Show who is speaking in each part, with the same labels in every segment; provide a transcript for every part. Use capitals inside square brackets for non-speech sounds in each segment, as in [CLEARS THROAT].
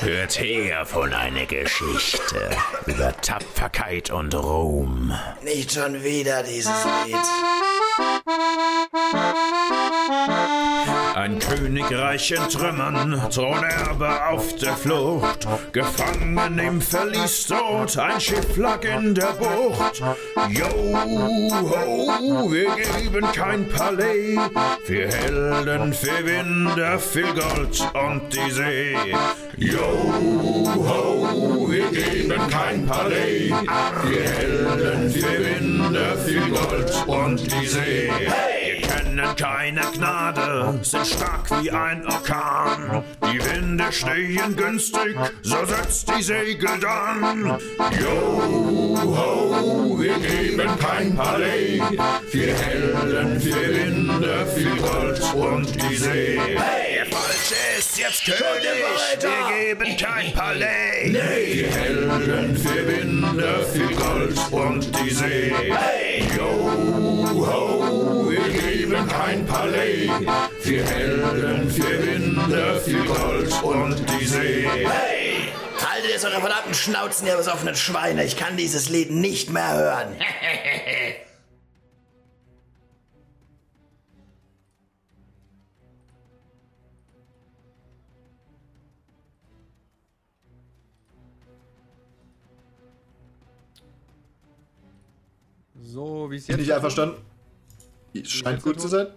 Speaker 1: Hört her von einer Geschichte über Tapferkeit und Ruhm.
Speaker 2: Nicht schon wieder dieses Lied.
Speaker 1: Ein Königreich in Trümmern, Thronerbe auf der Flucht, gefangen im Verlies dort, ein Schiff lag in der Bucht. Yo, ho, wir geben kein Palais, für Helden, für Winde, viel Gold und die See. Yo, ho, wir geben kein Palais, für Helden, für Winde, viel Gold und die See. Wir kennen keine Gnade, sind stark wie ein Orkan. Die Winde stehen günstig, so setzt die Segel dann. Yo, ho, wir geben kein Palais. Wir Helden, wir Winde, viel Gold und die See. Der Falsche ist jetzt König, wir geben kein Palais. Nee. Wir Helden, wir Winde, viel Gold und die See. Yo, ho, wir geben kein Palais. Wir Helden, wir Winde, viel Gold und die See.
Speaker 2: Hey! Haltet jetzt eure verdammten Schnauzen, ihr besoffenen Schweine. Ich kann dieses Lied nicht mehr hören.
Speaker 3: So, wie es
Speaker 4: Bin
Speaker 3: jetzt.
Speaker 4: ich einverstanden? Scheint gut zu sein.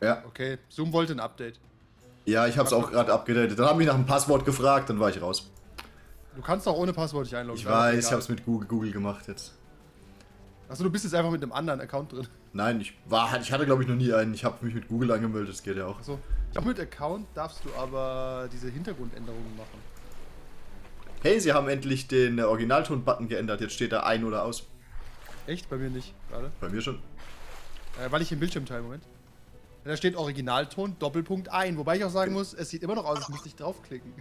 Speaker 4: Ja,
Speaker 3: Hm. Okay, Zoom wollte ein Update.
Speaker 4: ja, ich hab's auch gerade abgedatet. Dann haben mich nach dem Passwort gefragt, dann war ich raus.
Speaker 3: Du kannst auch ohne Passwort dich einloggen.
Speaker 4: Ich
Speaker 3: da ist
Speaker 4: weiß,
Speaker 3: egal.
Speaker 4: ich hab's mit Google, Google gemacht jetzt.
Speaker 3: Achso, du bist jetzt einfach mit einem anderen Account drin.
Speaker 4: Nein, ich war, ich hatte glaube ich noch nie einen. Ich habe mich mit Google angemeldet, das geht ja auch.
Speaker 3: Achso. Ja, mit Account darfst du aber diese Hintergrundänderungen machen.
Speaker 4: Hey, sie haben endlich den äh, Originalton-Button geändert. Jetzt steht da ein oder aus.
Speaker 3: Echt? Bei mir nicht, gerade.
Speaker 4: Bei mir schon.
Speaker 3: Äh, weil ich den Bildschirm teile, Moment. Ja, Da steht Originalton Doppelpunkt ein, wobei ich auch sagen muss, es sieht immer noch aus, als müsste ich draufklicken.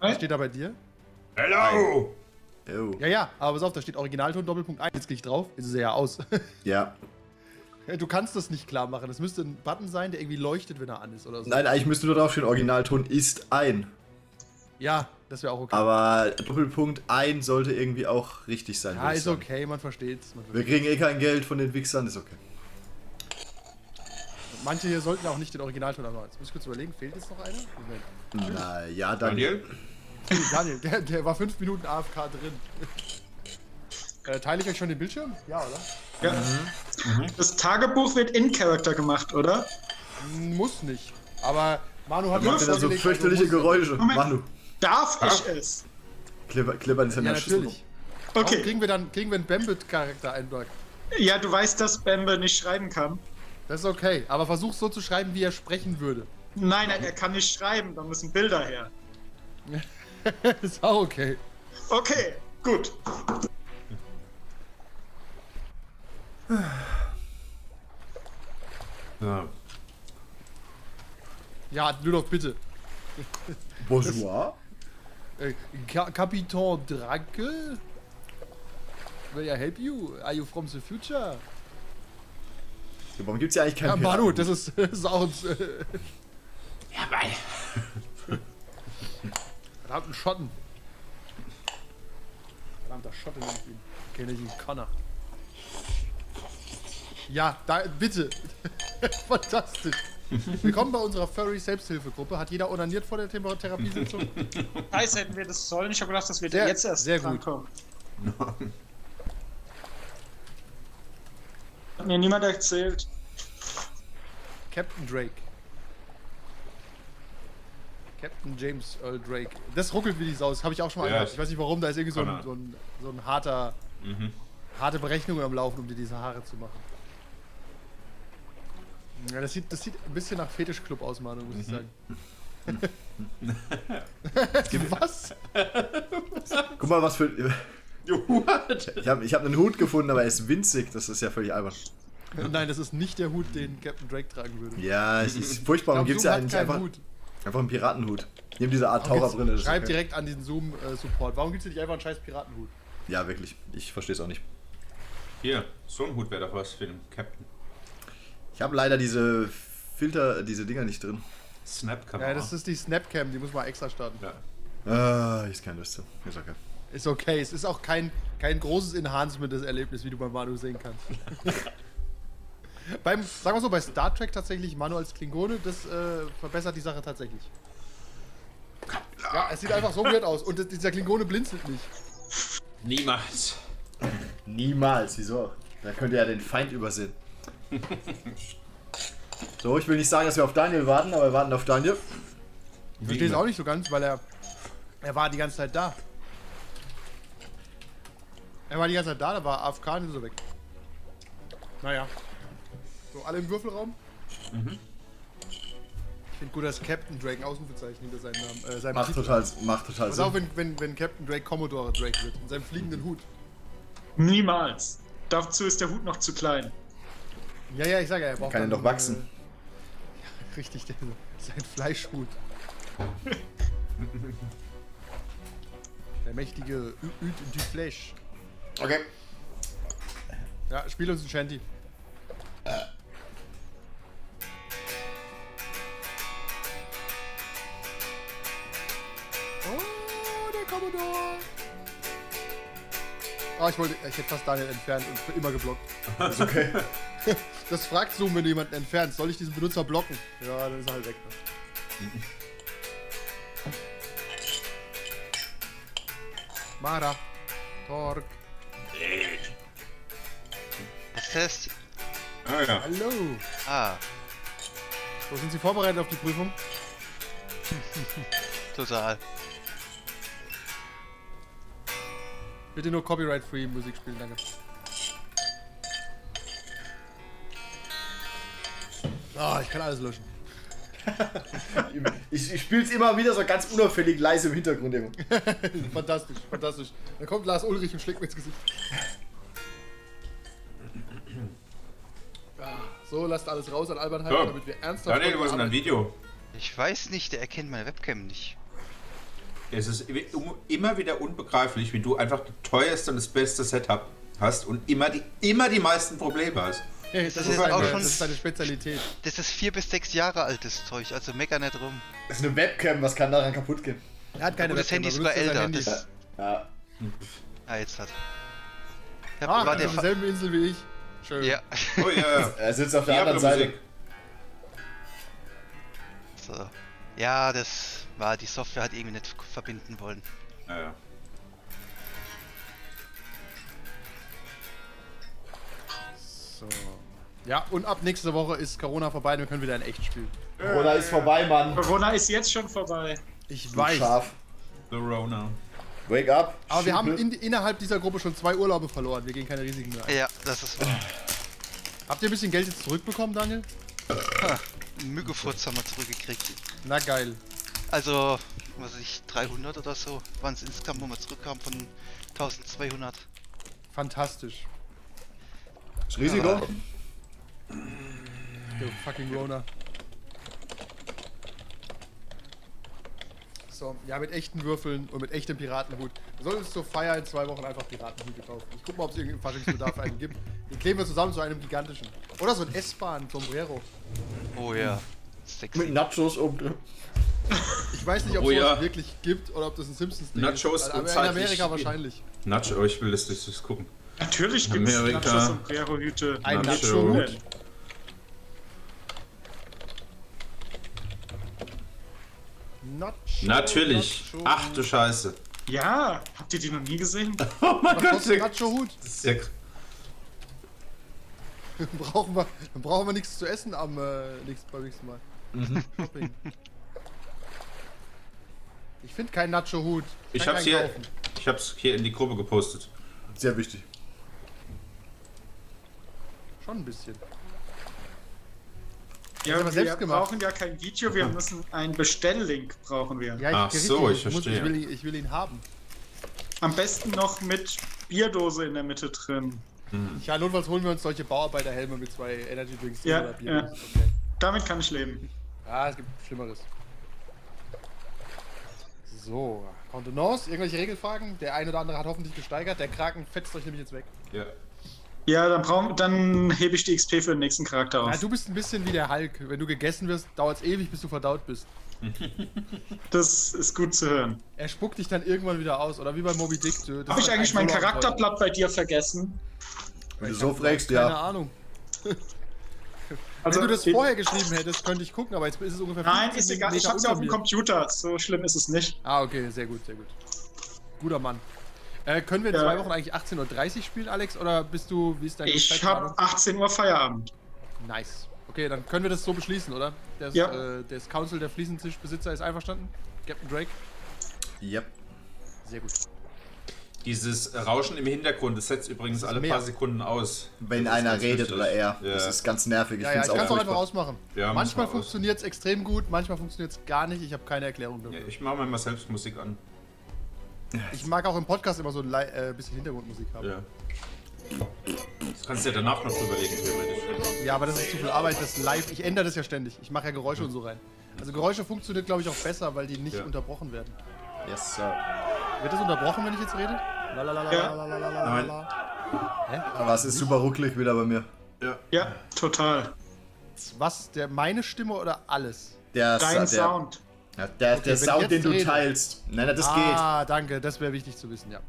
Speaker 3: Was steht da bei dir?
Speaker 1: Hello!
Speaker 4: Oh.
Speaker 3: Ja, ja, aber pass auf, da steht Originalton Doppelpunkt ein. Jetzt klicke ich drauf, ist es ja aus. [LAUGHS]
Speaker 4: Ja.
Speaker 3: du kannst das nicht klar machen. Das müsste ein Button sein, der irgendwie leuchtet, wenn er an ist oder so.
Speaker 4: Nein, eigentlich müsste nur draufstehen, Originalton ist ein.
Speaker 3: Ja, das wäre auch okay.
Speaker 4: Aber Doppelpunkt ein sollte irgendwie auch richtig sein.
Speaker 3: Ja,
Speaker 4: würde ich
Speaker 3: Ah, ist
Speaker 4: sagen.
Speaker 3: okay, man versteht's. Man
Speaker 4: Wir
Speaker 3: versteht's.
Speaker 4: kriegen eh kein Geld von den Wichsern, ist okay.
Speaker 3: Manche hier sollten auch nicht den Originalton anmachen. Jetzt muss ich kurz überlegen, fehlt jetzt noch einer? Moment.
Speaker 4: Na Äh, ja, dann.
Speaker 3: Hey, Daniel, der, der war fünf Minuten AFK drin. [LAUGHS] Äh, teile ich euch schon den Bildschirm? Ja, oder?
Speaker 5: Ja. Das Tagebuch wird in Character gemacht, oder?
Speaker 3: Muss nicht. Aber Manu hat
Speaker 4: Macht
Speaker 3: mir
Speaker 4: denn da so
Speaker 3: vorgelegt,
Speaker 4: fürchterliche
Speaker 3: also muss-
Speaker 4: Geräusche?
Speaker 5: Moment.
Speaker 4: Manu,
Speaker 5: Darf ich es?
Speaker 4: klipper- klippern ist ja,
Speaker 3: Ja,
Speaker 4: ja
Speaker 3: natürlich. Okay.
Speaker 5: Okay.
Speaker 3: kriegen wir dann kriegen wir einen Bambit-Charakter einblock.
Speaker 5: Ja, du weißt, dass Bambe nicht schreiben kann.
Speaker 3: Das ist okay. Aber versuch so zu schreiben, wie er sprechen würde. [LAUGHS]
Speaker 5: Nein, nein, er kann nicht schreiben, da müssen Bilder her.
Speaker 3: ist auch okay.
Speaker 5: Okay, gut.
Speaker 3: Ja, Ludolf, bitte.
Speaker 4: Bonjour.
Speaker 3: Äh, Ka Kapitan Drake? Will I help you? Are you from the future?
Speaker 4: Ja, warum gibt's ja eigentlich keinen
Speaker 3: Ja,
Speaker 4: Piraten?
Speaker 3: Manu, das ist, das ist auch ein äh,
Speaker 1: Ja, weil.
Speaker 3: verdammten Schotten. Verdammter Schotte nenn ich ihn. Kenne ich ihn, Connor. Ja, da, bitte. [LAUGHS] Fantastisch. Willkommen bei unserer Furry-Selbsthilfegruppe. Hat jeder onaniert vor der Thema- Therapiesitzung?
Speaker 5: Heiß hätten wir das sollen. Ich habe gedacht, dass wir
Speaker 3: Sehr-
Speaker 5: jetzt erst
Speaker 3: sehr gut.
Speaker 5: drankommen. Hat mir niemand erzählt.
Speaker 3: Captain Drake. Captain James Earl Drake. Das ruckelt wie die Sau. Das habe ich auch schon mal
Speaker 6: Ja,
Speaker 3: angehört.
Speaker 6: ich-
Speaker 3: Ich weiß nicht warum. Da ist irgendwie so
Speaker 6: Keine
Speaker 3: ein, so
Speaker 6: Ahnung.
Speaker 3: ein, so ein harter. Harte Berechnung am Laufen, um dir diese Haare zu machen. Ja, das sieht, das sieht ein bisschen nach Fetischclub aus, Manu, muss ich sagen. Was?
Speaker 4: Guck mal, was für.
Speaker 3: [LAUGHS]
Speaker 4: Ich habe ich hab einen Hut gefunden, aber er ist winzig. Das ist ja völlig albern.
Speaker 3: Nein, das ist nicht der Hut, den Captain Drake tragen würde.
Speaker 4: Ja, es ist furchtbar. Warum
Speaker 3: Ich glaub,
Speaker 4: gibt's
Speaker 3: Zoom
Speaker 4: ja
Speaker 3: hat
Speaker 4: eigentlich
Speaker 3: keinen
Speaker 4: einfach,
Speaker 3: Hut.
Speaker 4: einfach einen Piratenhut? Nimm diese Art
Speaker 3: Warum
Speaker 4: Taucherbrille.
Speaker 3: gibt's-
Speaker 4: das ist
Speaker 3: Schreib
Speaker 4: okay.
Speaker 3: direkt an diesen Zoom-Support. Warum gibt's dir nicht einfach einen scheiß Piratenhut?
Speaker 4: Ja, wirklich. Ich verstehe es auch nicht.
Speaker 6: Hier, so ein Hut wäre doch was für den Captain.
Speaker 4: Ich habe leider diese Filter, diese Dinger nicht drin.
Speaker 6: Snap-Kamera.
Speaker 3: Ja, das ist die Snapcam, die muss mal extra starten.
Speaker 6: Ja.
Speaker 4: Ah, ich kann Lust zu. Ist okay.
Speaker 3: Ist okay, es ist auch kein, kein großes Enhancement des Erlebnisses, wie du beim Manu sehen kannst. beim, sagen wir so, bei Star Trek tatsächlich, Manu als Klingone, das äh, verbessert die Sache tatsächlich. Ja, es sieht einfach so weird aus und das, dieser Klingone blinzelt nicht.
Speaker 6: Niemals.
Speaker 4: Niemals, wieso? Da könnt ihr ja den Feind übersehen. so, ich will nicht sagen, dass wir auf Daniel warten, aber wir warten auf Daniel.
Speaker 3: Ich verstehe es auch nicht so ganz, weil er, er war die ganze Zeit da. Er war die ganze Zeit da, da war AFK und ist er weg. Naja. So, alle im Würfelraum?
Speaker 4: Mhm.
Speaker 3: Ich finde gut, dass Captain Drake außen bezeichnet hinter seinem Namen. Äh, seinem
Speaker 4: Macht
Speaker 3: Titel.
Speaker 4: total, macht total
Speaker 3: Pass auf,
Speaker 4: Sinn.
Speaker 3: wenn, wenn, wenn Captain Drake Commodore Drake wird. In seinem fliegenden Hut.
Speaker 5: Niemals. Dazu ist der Hut noch zu klein.
Speaker 3: Ja, ja, ich sage ja, er braucht
Speaker 4: Kann er
Speaker 3: dann,
Speaker 4: doch wachsen.
Speaker 3: Äh, [LAUGHS] richtig, der, sein Fleischhut. der mächtige Üd du Fleisch.
Speaker 4: Okay.
Speaker 3: Ja, spiel uns ein Shanty. Oh, der Commodore. Ah, ich wollte, ich hätte fast Daniel entfernt und für immer geblockt.
Speaker 4: Ist okay.
Speaker 3: Das fragt Zoom, wenn du jemanden entfernst. Soll ich diesen Benutzer blocken? Ja, dann ist er halt weg. Ne? Mara. Torg.
Speaker 7: Test.
Speaker 6: Ah ja.
Speaker 3: Hallo.
Speaker 7: Ah,
Speaker 3: So, sind Sie vorbereitet auf die Prüfung?
Speaker 7: total.
Speaker 3: Bitte nur Copyright-Free Musik spielen, danke. Ah, ich kann alles löschen.
Speaker 4: Ich, ich spiel's immer wieder so ganz unauffällig leise im Hintergrund. Eben.
Speaker 3: Fantastisch, fantastisch. Dann kommt Lars Ulrich und schlägt mir ins Gesicht. Ah, So, lasst alles raus an Albert Heim,
Speaker 6: So.
Speaker 3: damit wir ernsthaft.
Speaker 6: Daniel, wo ist denn dein
Speaker 3: arbeiten.
Speaker 6: Video?
Speaker 7: Ich weiß nicht, der erkennt meine Webcam nicht.
Speaker 6: Es ist im- immer wieder unbegreiflich, wie du einfach das teuerste und das beste Setup hast und immer die, immer die meisten Probleme
Speaker 4: [LAUGHS]
Speaker 6: hast.
Speaker 3: Hey, das,
Speaker 7: Das
Speaker 3: ist
Speaker 7: ist
Speaker 3: deine,
Speaker 7: auch
Speaker 3: das
Speaker 7: schon-
Speaker 3: ist deine Spezialität.
Speaker 7: Das ist vier bis sechs Jahre altes Zeug, also mecker nicht rum.
Speaker 4: Das ist eine Webcam, was kann daran kaputt gehen?
Speaker 3: Er hat keine
Speaker 7: Und das
Speaker 3: Webcam,
Speaker 7: Handy ist
Speaker 3: er
Speaker 7: sogar
Speaker 3: benutzt sein
Speaker 7: älter.
Speaker 3: Handy.
Speaker 7: Das,
Speaker 4: Ja.
Speaker 7: ah, jetzt hat. Ich hab,
Speaker 3: Ah,
Speaker 7: war
Speaker 3: war
Speaker 7: der
Speaker 3: auf
Speaker 7: Fa
Speaker 3: derselben Insel wie ich. Schön.
Speaker 7: ja. [LAUGHS]
Speaker 6: Oh ja,
Speaker 4: Er sitzt auf der
Speaker 6: ja.
Speaker 4: anderen
Speaker 6: Musik.
Speaker 4: Seite.
Speaker 7: so. ja, das war die Software hat irgendwie nicht verbinden wollen.
Speaker 6: Ah, ja.
Speaker 3: So. Ja, und ab nächste Woche ist Corona vorbei und wir können wieder in echt spielen.
Speaker 4: Corona ist vorbei, Mann.
Speaker 5: Corona ist jetzt schon vorbei.
Speaker 3: Ich
Speaker 4: Du
Speaker 3: weiß.
Speaker 4: Schaf.
Speaker 6: The Rona.
Speaker 4: Wake up.
Speaker 3: Aber wir haben
Speaker 4: Schiebel.
Speaker 3: in, innerhalb dieser Gruppe schon zwei Urlaube verloren. Wir gehen keine Risiken mehr ein.
Speaker 7: Ja, das ist wahr.
Speaker 3: Habt ihr ein bisschen Geld jetzt zurückbekommen, Daniel?
Speaker 7: Müggefurz haben wir zurückgekriegt.
Speaker 3: Na geil.
Speaker 7: Also, was weiß ich, 300 oder so waren es insgesamt, wo wir zurückkamen von 1200.
Speaker 3: Fantastisch.
Speaker 4: Das Risiko.
Speaker 3: Du fucking Rona. So, ja, mit echten Würfeln und mit echtem Piratenhut. Wir sollten uns zur Feier in zwei Wochen einfach Piratenhüte kaufen. Ich guck mal, ob es irgendeinen Faschingsbedarf einen gibt. Den kleben wir zusammen zu einem gigantischen. Oder so ein S-Bahn, Sombrero.
Speaker 7: Oh ja.
Speaker 4: Mit
Speaker 7: Sexy.
Speaker 4: Nachos oben drin.
Speaker 3: Ich weiß nicht, ob
Speaker 6: Oh
Speaker 3: es
Speaker 6: ja.
Speaker 3: sowas wirklich gibt oder ob das ein Simpsons-Ding ist.
Speaker 6: Nachos
Speaker 3: Aber
Speaker 6: und
Speaker 3: in
Speaker 6: zeitlich
Speaker 3: Amerika
Speaker 6: spielen.
Speaker 3: wahrscheinlich.
Speaker 6: Nacho, oh, ich will das nicht das gucken.
Speaker 5: Natürlich gibt es
Speaker 6: Amerika.
Speaker 5: Nachos und Brero-Hüte.
Speaker 3: Ein
Speaker 6: Nacho.
Speaker 3: Nacho-Hut. Nacho.
Speaker 6: Natürlich.
Speaker 3: Nacho.
Speaker 6: Ach du Scheiße.
Speaker 5: Ja, habt ihr die noch nie gesehen?
Speaker 6: Oh mein
Speaker 3: Was kostet ein
Speaker 6: das
Speaker 3: Nacho-Hut?
Speaker 6: ist ja,
Speaker 3: [LAUGHS] Dann brauchen wir, dann brauchen wir nichts zu essen am äh, nächsten, beim nächsten Mal.
Speaker 6: Mhm.
Speaker 3: Shopping. Ich finde keinen Nacho-Hut.
Speaker 6: ich
Speaker 3: Kann
Speaker 6: hab's
Speaker 3: keinen
Speaker 6: hier,
Speaker 3: kaufen.
Speaker 6: ich hab's hier in die Gruppe gepostet.
Speaker 4: Sehr wichtig.
Speaker 3: Schon ein bisschen.
Speaker 5: Ja,
Speaker 3: aber
Speaker 5: wir
Speaker 3: selbst gemacht.
Speaker 5: brauchen ja kein Video, wir müssen einen Bestelllink brauchen wir.
Speaker 3: Ja,
Speaker 6: Ach
Speaker 3: richtig,
Speaker 6: so, ich
Speaker 3: muss- Ich
Speaker 6: verstehe.
Speaker 3: will, ihn- ich will ihn haben.
Speaker 5: Am besten noch mit Bierdose in der Mitte drin.
Speaker 3: Ja, notfalls holen wir uns solche Bauarbeiterhelme mit zwei Energy Drinks
Speaker 5: Ja,
Speaker 3: oder
Speaker 5: ja.
Speaker 3: Bier. Okay.
Speaker 5: Damit kann ich leben.
Speaker 3: Ah, es gibt Schlimmeres. So, Kontenance, irgendwelche Regelfragen? Der eine oder andere hat hoffentlich gesteigert, der Kraken fetzt euch nämlich jetzt weg.
Speaker 6: Ja.
Speaker 5: Ja, dann, brauch, dann hebe ich die XP für den nächsten Charakter
Speaker 3: Ja,
Speaker 5: auf.
Speaker 3: Ah, du bist ein bisschen wie der Hulk. Wenn du gegessen wirst, dauert es ewig, bis du verdaut bist.
Speaker 5: Das ist gut zu hören.
Speaker 3: Er spuckt dich dann irgendwann wieder aus, oder wie bei Moby Dick. du- das
Speaker 5: Habe
Speaker 3: ist
Speaker 5: ich
Speaker 3: ein
Speaker 5: eigentlich mein
Speaker 3: Solo-Abenteuer.
Speaker 5: Charakterblatt bei dir vergessen?
Speaker 4: Wenn du so fragst,
Speaker 3: Keine
Speaker 4: ja.
Speaker 3: Ahnung.
Speaker 5: Also
Speaker 3: Wenn du das vorher geschrieben hättest, könnte ich gucken, aber jetzt ist es ungefähr
Speaker 5: Nein,
Speaker 3: 15
Speaker 5: ist egal. Ich
Speaker 3: Meter
Speaker 5: hab's ja
Speaker 3: unter
Speaker 5: auf dem
Speaker 3: mir.
Speaker 5: Computer. So schlimm ist es nicht.
Speaker 3: Ah, okay, sehr gut, sehr gut. Guter Mann. Äh, können wir in
Speaker 5: Ja.
Speaker 3: zwei Wochen eigentlich 18.30 Uhr spielen, Alex? Oder bist du, wie ist deine
Speaker 5: Ich
Speaker 3: Zeitplanung?
Speaker 5: habe 18 Uhr Feierabend.
Speaker 3: Nice. Okay, dann können wir das so beschließen, oder? Das,
Speaker 5: Ja.
Speaker 3: äh, das Council der Fliesentischbesitzer ist einverstanden? Captain Drake?
Speaker 4: Yep.
Speaker 3: Sehr gut.
Speaker 6: Dieses Rauschen im Hintergrund, das setzt übrigens alle
Speaker 3: mehr.
Speaker 6: paar Sekunden aus.
Speaker 4: Wenn
Speaker 6: Das ist
Speaker 4: einer
Speaker 6: ganz
Speaker 4: redet
Speaker 6: wichtig.
Speaker 4: oder er.
Speaker 6: Ja.
Speaker 4: Das ist ganz nervig. Ich
Speaker 3: Ja, ja,
Speaker 4: find's
Speaker 3: ich kann es
Speaker 4: auch
Speaker 3: auch einfach
Speaker 4: furchtbar.
Speaker 3: ausmachen.
Speaker 6: Ja, mach
Speaker 3: manchmal
Speaker 6: mal aus.
Speaker 3: funktioniert es extrem gut, manchmal funktioniert es gar nicht. Ich habe keine Erklärung dafür.
Speaker 6: Ja, ich mache mir mal selbst Musik an.
Speaker 3: Ich mag auch im Podcast immer so ein lei- äh, bisschen Hintergrundmusik haben. Ja.
Speaker 6: Ja. Das kannst du ja danach noch drüberlegen, theoretisch.
Speaker 3: aber das ist zu viel Arbeit, das live. Ich ändere das ja ständig. Ich mache ja Geräusche und so rein. Also Geräusche funktioniert, glaube ich, auch besser, weil die nicht
Speaker 6: Ja.
Speaker 3: unterbrochen werden.
Speaker 4: Yes, sir.
Speaker 3: Wird das unterbrochen, wenn ich jetzt rede?
Speaker 5: Ja,
Speaker 6: Nein.
Speaker 4: Aber es ist super ruckelig wieder bei mir.
Speaker 6: Ja.
Speaker 5: ja total.
Speaker 3: Was? Der, meine Stimme oder alles?
Speaker 4: Der,
Speaker 5: Dein
Speaker 4: der,
Speaker 5: Sound.
Speaker 4: Ja, der,
Speaker 3: wenn
Speaker 4: der
Speaker 3: ich
Speaker 4: Sound,
Speaker 3: jetzt
Speaker 4: den du
Speaker 3: rede.
Speaker 4: teilst. Nein, nein, das
Speaker 3: ah, danke, das wäre wichtig zu wissen, ja.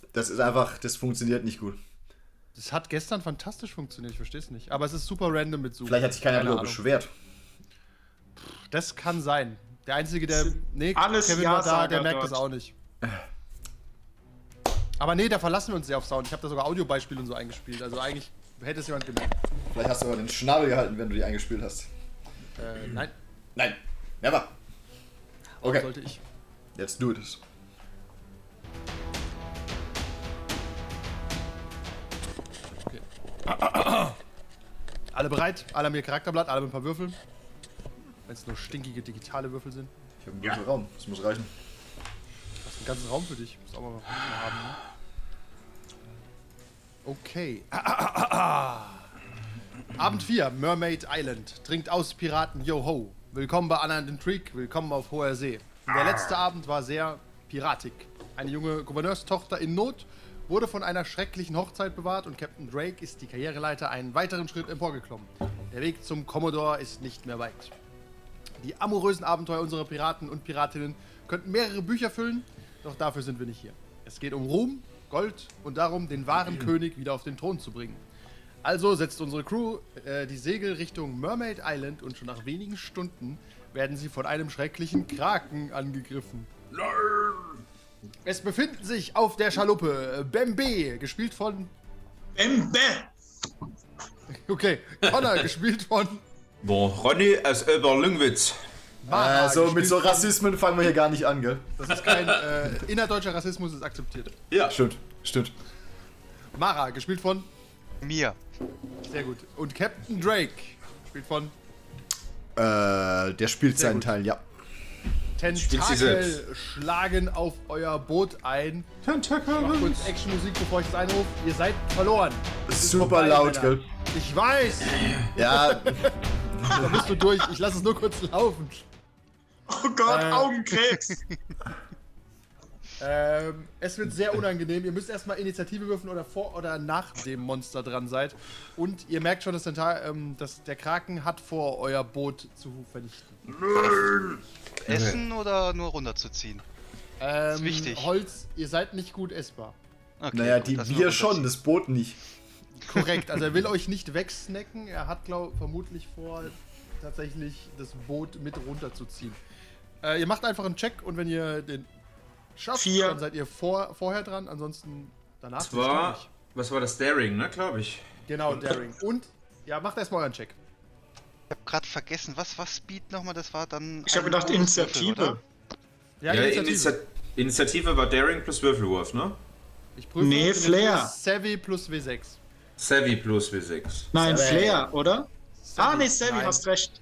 Speaker 4: geht. Das ist einfach, das funktioniert nicht gut.
Speaker 3: Das hat gestern fantastisch funktioniert, ich verstehe es nicht. Aber es ist super random mit Zoom.
Speaker 4: Vielleicht hat sich keiner
Speaker 3: Keine
Speaker 4: darüber
Speaker 3: Ahnung.
Speaker 4: beschwert.
Speaker 3: Das kann sein. Der Einzige, der. Nee,
Speaker 5: Alles
Speaker 3: Kevin war da,
Speaker 5: Ja-Sager
Speaker 3: der merkt
Speaker 5: dort.
Speaker 3: das auch nicht. Aber nee, da verlassen wir uns sehr auf Sound. Ich habe da sogar Audiobeispiele und so eingespielt. Also eigentlich hätte es jemand gemerkt.
Speaker 4: Vielleicht hast du aber den Schnabel gehalten, wenn du die eingespielt hast.
Speaker 3: Äh, nein,
Speaker 4: Nein, never. Okay,
Speaker 3: sollte ich.
Speaker 4: jetzt du das.
Speaker 3: Alle bereit? Alle haben ihr Charakterblatt, alle mit ein paar Würfeln. Wenn es nur stinkige digitale Würfel sind.
Speaker 4: Ich habe einen guten Raum, das muss reichen.
Speaker 3: Das ist ein ganzer Raum für dich. Muss auch mal mal haben. Ne? Okay. [CLEARS THROAT] Abend 4, Mermaid Island. Trinkt aus, Piraten, yo ho. Willkommen bei Anna and Intrigue, willkommen auf hoher See. Der letzte Abend war sehr piratig. Eine junge Gouverneurstochter in Not wurde von einer schrecklichen Hochzeit bewahrt und Captain Drake ist die Karriereleiter einen weiteren Schritt emporgeklommen. Der Weg zum Commodore ist nicht mehr weit. Die amorösen Abenteuer unserer Piraten und Piratinnen könnten mehrere Bücher füllen, doch dafür sind wir nicht hier. Es geht um Ruhm, Gold und darum, den
Speaker 4: [CLEARS THROAT]
Speaker 3: wahren König wieder auf den Thron zu bringen. Also setzt unsere Crew äh, die Segel Richtung Mermaid Island und schon nach wenigen Stunden werden sie von einem schrecklichen Kraken angegriffen. Es befinden sich auf der Schaluppe äh, Bembe, gespielt von.
Speaker 5: Bembe!
Speaker 3: Okay, Connor, gespielt
Speaker 4: [LAUGHS]
Speaker 3: von.
Speaker 4: Ah,
Speaker 6: Bon, Ronny aus Oberlüngwitz.
Speaker 3: Mara,
Speaker 4: Äh, so, mit
Speaker 3: gespielt
Speaker 4: so
Speaker 3: von-
Speaker 4: Rassismen fangen wir hier gar nicht an, gell?
Speaker 3: Das ist kein. Äh, innerdeutscher Rassismus ist akzeptiert.
Speaker 6: Ja.
Speaker 4: Stimmt, stimmt.
Speaker 3: Mara, gespielt von.
Speaker 7: Mir.
Speaker 3: Sehr gut. Und Captain Drake, gespielt von
Speaker 4: Äh, der spielt
Speaker 3: Sehr
Speaker 4: seinen
Speaker 3: gut.
Speaker 4: Teil, ja.
Speaker 6: Spielt sie
Speaker 3: Tentakel,
Speaker 6: selbst.
Speaker 3: schlagen auf euer Boot ein. Tentakel. Ich mach kurz Actionmusik, bevor ich das einrufe. Ihr seid verloren.
Speaker 4: Super
Speaker 3: vorbei,
Speaker 4: laut,
Speaker 3: Männer.
Speaker 4: gell?
Speaker 3: Ich weiß, [LAUGHS]
Speaker 4: Ja,
Speaker 3: da bist du durch. Ich lasse es nur kurz laufen.
Speaker 5: Oh Gott,
Speaker 3: Äh, [LAUGHS]
Speaker 5: Augenkrebs!
Speaker 3: Ähm, es wird sehr unangenehm. Ihr müsst erstmal Initiative würfen oder vor oder nach dem Monster dran seid. Und ihr merkt schon, dass, Tenta ähm, dass der Kraken hat vor, euer Boot zu vernichten.
Speaker 7: Essen oder nur runterzuziehen?
Speaker 3: Ähm,
Speaker 7: wichtig.
Speaker 3: Holz, ihr seid nicht gut essbar.
Speaker 7: Okay,
Speaker 4: naja,
Speaker 7: gut,
Speaker 4: die,
Speaker 7: das nur
Speaker 4: wir schon,
Speaker 7: runterziehen.
Speaker 4: das Boot nicht.
Speaker 3: Korrekt, also er will euch nicht wegsnacken. Er hat glaub, vermutlich vor, tatsächlich das Boot mit runterzuziehen. Äh, ihr macht einfach einen Check und wenn ihr den schafft,
Speaker 5: Vier.
Speaker 3: dann seid ihr vor, vorher dran. Ansonsten danach.
Speaker 6: Das war,
Speaker 3: glaub
Speaker 6: was war das? Daring, ne, glaube ich.
Speaker 3: ich. Genau, Daring. Und ja, macht erstmal euren Check.
Speaker 7: Ich hab grad vergessen, was war Speed nochmal? Das war dann.
Speaker 5: Ich habe
Speaker 7: ein
Speaker 5: gedacht,
Speaker 7: Bonuswürfel,
Speaker 5: Initiative.
Speaker 6: Ja, Initiative. Initiative war Daring plus Würfelwurf, ne?
Speaker 3: Ich prüfe
Speaker 5: Nee,
Speaker 3: Initiative
Speaker 5: Flair.
Speaker 3: Savvy plus W6.
Speaker 6: Savvy plus W6.
Speaker 5: Nein, Flair, oder? Ah, nee, Sammy,
Speaker 3: Nein.
Speaker 5: hast recht.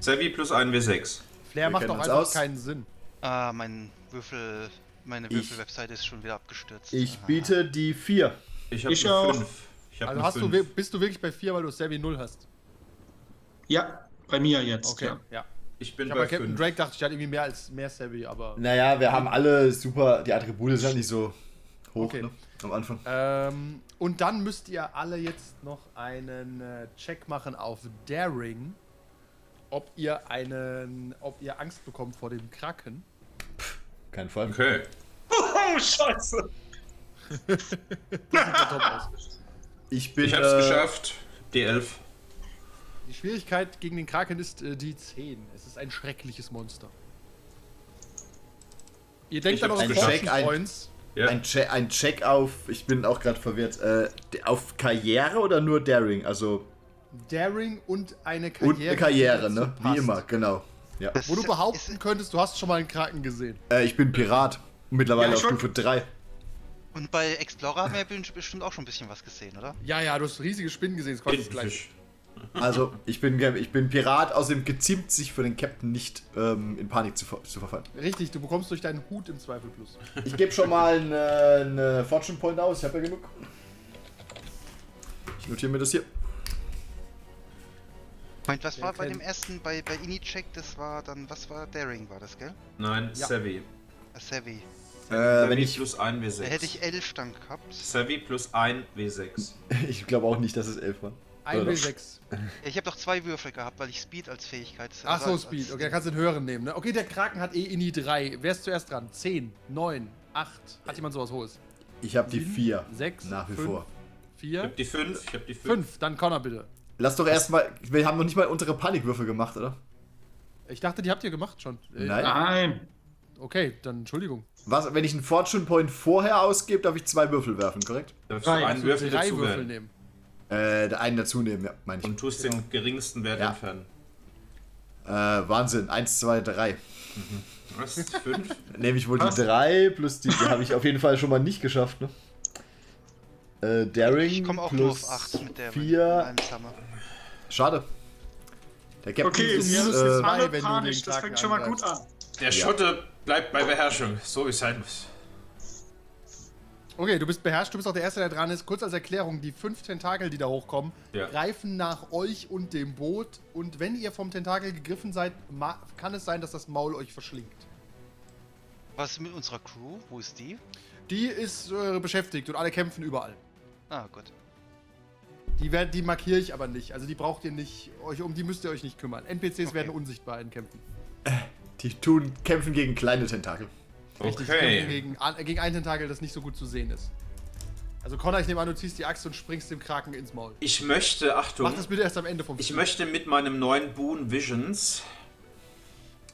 Speaker 6: Savvy plus 1 W6.
Speaker 3: Flair macht
Speaker 4: kennen
Speaker 3: doch
Speaker 4: uns
Speaker 3: einfach
Speaker 4: aus.
Speaker 3: keinen Sinn.
Speaker 7: oder? Ah, mein Würfel. Meine Würfel-Webseite ist schon wieder abgestürzt.
Speaker 4: Ich biete die 4.
Speaker 6: Ich habe
Speaker 5: Ich
Speaker 6: eine
Speaker 5: auch.
Speaker 6: 5. Ich habe
Speaker 3: Also
Speaker 6: eine
Speaker 3: hast du,
Speaker 6: 5.
Speaker 3: wir- bist du wirklich bei 4, weil du Savvy 0 hast.
Speaker 5: Ja, bei mir jetzt. Ja.
Speaker 3: ja.
Speaker 6: ich bin
Speaker 3: Ich habe bei
Speaker 6: bei
Speaker 3: Captain
Speaker 6: 5.
Speaker 3: Drake dachte ich, der hat irgendwie mehr als mehr Savvy, aber.
Speaker 4: Naja, wir haben alle super, die Attribute sind halt nicht so hoch,
Speaker 3: Okay.
Speaker 4: ne? am Anfang.
Speaker 3: Ähm, und dann müsst ihr alle jetzt noch einen äh, Check machen auf Daring, ob ihr einen, ob ihr Angst bekommt vor dem Kraken.
Speaker 4: Kein Fall.
Speaker 6: Okay.
Speaker 5: Oh, scheiße.
Speaker 4: Ich bin.
Speaker 6: Ich hab's
Speaker 4: äh,
Speaker 6: geschafft. D11.
Speaker 3: Die Schwierigkeit gegen den Kraken ist äh, die 10. Es ist ein schreckliches Monster. Ihr denkt
Speaker 6: Ich
Speaker 3: an
Speaker 6: hab's
Speaker 3: eure
Speaker 6: geschafft.
Speaker 3: Fortune
Speaker 4: Ein-
Speaker 3: Points.
Speaker 6: Ja.
Speaker 4: Ein, che ein Check auf, ich bin auch gerade verwirrt, äh, d- auf Karriere oder nur Daring? Also,
Speaker 3: Daring und eine Karriere.
Speaker 4: und eine Karriere,
Speaker 3: die
Speaker 4: ne?
Speaker 3: dazu
Speaker 4: Wie
Speaker 3: passt.
Speaker 4: immer, genau. Ja.
Speaker 3: Wo du behaupten könntest, du hast schon mal einen Kraken gesehen.
Speaker 4: Äh, ich bin Pirat. Mittlerweile
Speaker 5: Ja,
Speaker 4: auf
Speaker 5: schon.
Speaker 4: Stufe 3.
Speaker 7: Und bei Explorer haben wir bestimmt auch schon ein bisschen was gesehen, oder?
Speaker 3: Ja, ja, du hast riesige Spinnen gesehen, das kostet das gleich.
Speaker 6: Tintenfisch.
Speaker 4: Also, ich bin, ich bin Pirat, außerdem geziemt sich für den Captain nicht ähm, in Panik zu, ver zu verfallen.
Speaker 3: Richtig, du bekommst durch deinen Hut im Zweifel plus.
Speaker 4: Ich gebe schon mal eine, eine Fortune Point aus, ich habe ja genug. Ich notiere mir das hier.
Speaker 7: Moment, was war bei
Speaker 3: kennt-
Speaker 7: dem ersten, bei, bei Inicheck, das war dann, was war Daring, war das, gell?
Speaker 6: Nein, Savvy.
Speaker 7: Ah, Savvy.
Speaker 4: Äh, wenn
Speaker 6: Savvy
Speaker 4: ich
Speaker 6: plus 1 W6.
Speaker 7: Da hätte ich 11 dann gehabt.
Speaker 6: Savvy plus 1 W6.
Speaker 4: [LAUGHS] ich glaube auch nicht, dass es 11 war. Oder doch?
Speaker 3: 1W6.
Speaker 7: Ich habe doch zwei Würfel gehabt, weil ich Speed als Fähigkeit...
Speaker 3: Ach so,
Speaker 7: als-
Speaker 3: Speed.
Speaker 7: als-
Speaker 3: Okay, dann kannst du den höheren nehmen, ne? Okay, der Kraken hat eh Ini 3. Wer ist zuerst dran? 10, 9, 8. Hat jemand sowas Hohes?
Speaker 4: Ich habe die
Speaker 3: Sieben,
Speaker 4: 4.
Speaker 3: sechs,
Speaker 4: Nach wie
Speaker 3: fünf.
Speaker 4: vor.
Speaker 6: Ich
Speaker 3: 4,
Speaker 6: hab die 5. Ich hab die 5.
Speaker 3: 5. Dann Connor bitte.
Speaker 4: Lass doch erstmal. Wir haben noch nicht mal unsere Panikwürfel gemacht, oder?
Speaker 3: Ich dachte, die habt ihr gemacht schon. Äh,
Speaker 4: Nein.
Speaker 5: Nein.
Speaker 3: Okay, dann Entschuldigung.
Speaker 4: Was, wenn ich einen Fortune Point vorher ausgebe, darf ich zwei Würfel werfen, korrekt?
Speaker 6: Darfst du einen Würfel
Speaker 3: drei
Speaker 6: dazu
Speaker 3: Würfel
Speaker 6: werden.
Speaker 3: nehmen.
Speaker 4: Äh, einen dazu nehmen, ja, meine ich.
Speaker 6: Und tust den
Speaker 3: Genau.
Speaker 6: geringsten Wert
Speaker 4: Ja.
Speaker 6: entfernen.
Speaker 4: äh, Wahnsinn. Eins, zwei, drei.
Speaker 6: Was? [LAUGHS] 5?
Speaker 4: Nehme ich wohl die drei plus die, die habe ich auf jeden Fall schon mal nicht geschafft, ne? Äh, Daring
Speaker 7: Ich komme auch nur
Speaker 4: plus
Speaker 7: auf 8 mit der... Mit
Speaker 4: 4.
Speaker 7: meinem Summer.
Speaker 4: Schade. Der Captain
Speaker 5: Okay,
Speaker 4: ist,
Speaker 5: minus
Speaker 4: äh,
Speaker 3: zwei,
Speaker 5: alle
Speaker 3: wenn du
Speaker 5: Panik,
Speaker 3: den
Speaker 5: das
Speaker 3: Kraken
Speaker 5: fängt schon mal gut
Speaker 3: angreifst.
Speaker 5: an.
Speaker 6: Der Schotte bleibt bei Beherrschung. So wie es sein muss.
Speaker 3: Okay, du bist beherrscht, du bist auch der Erste, der dran ist. Kurz als Erklärung, die fünf Tentakel, die da hochkommen,
Speaker 6: Ja.
Speaker 3: greifen nach euch und dem Boot. Und wenn ihr vom Tentakel gegriffen seid, ma- kann es sein, dass das Maul euch verschlingt.
Speaker 7: Was ist mit unserer Crew? Wo ist die?
Speaker 3: Die ist äh, beschäftigt und alle kämpfen überall.
Speaker 7: Ah, gut.
Speaker 3: Die, werden, die markiere ich aber nicht. Also die braucht ihr nicht, euch, um die müsst ihr euch nicht kümmern. NPCs
Speaker 7: Okay.
Speaker 3: werden unsichtbar in Kämpfen.
Speaker 4: die tun, kämpfen gegen kleine Tentakel.
Speaker 3: Richtig, die kämpfen
Speaker 6: Okay.
Speaker 3: gegen, an- äh, gegen ein Tentakel, das nicht so gut zu sehen ist. Also Connor, ich nehme an, du ziehst die Axt und springst dem Kraken ins Maul.
Speaker 6: Ich möchte,
Speaker 3: Mach
Speaker 6: Achtung,
Speaker 3: das bitte erst am Ende vom
Speaker 6: ich
Speaker 3: Spiel.
Speaker 6: möchte mit meinem neuen Boon Visions,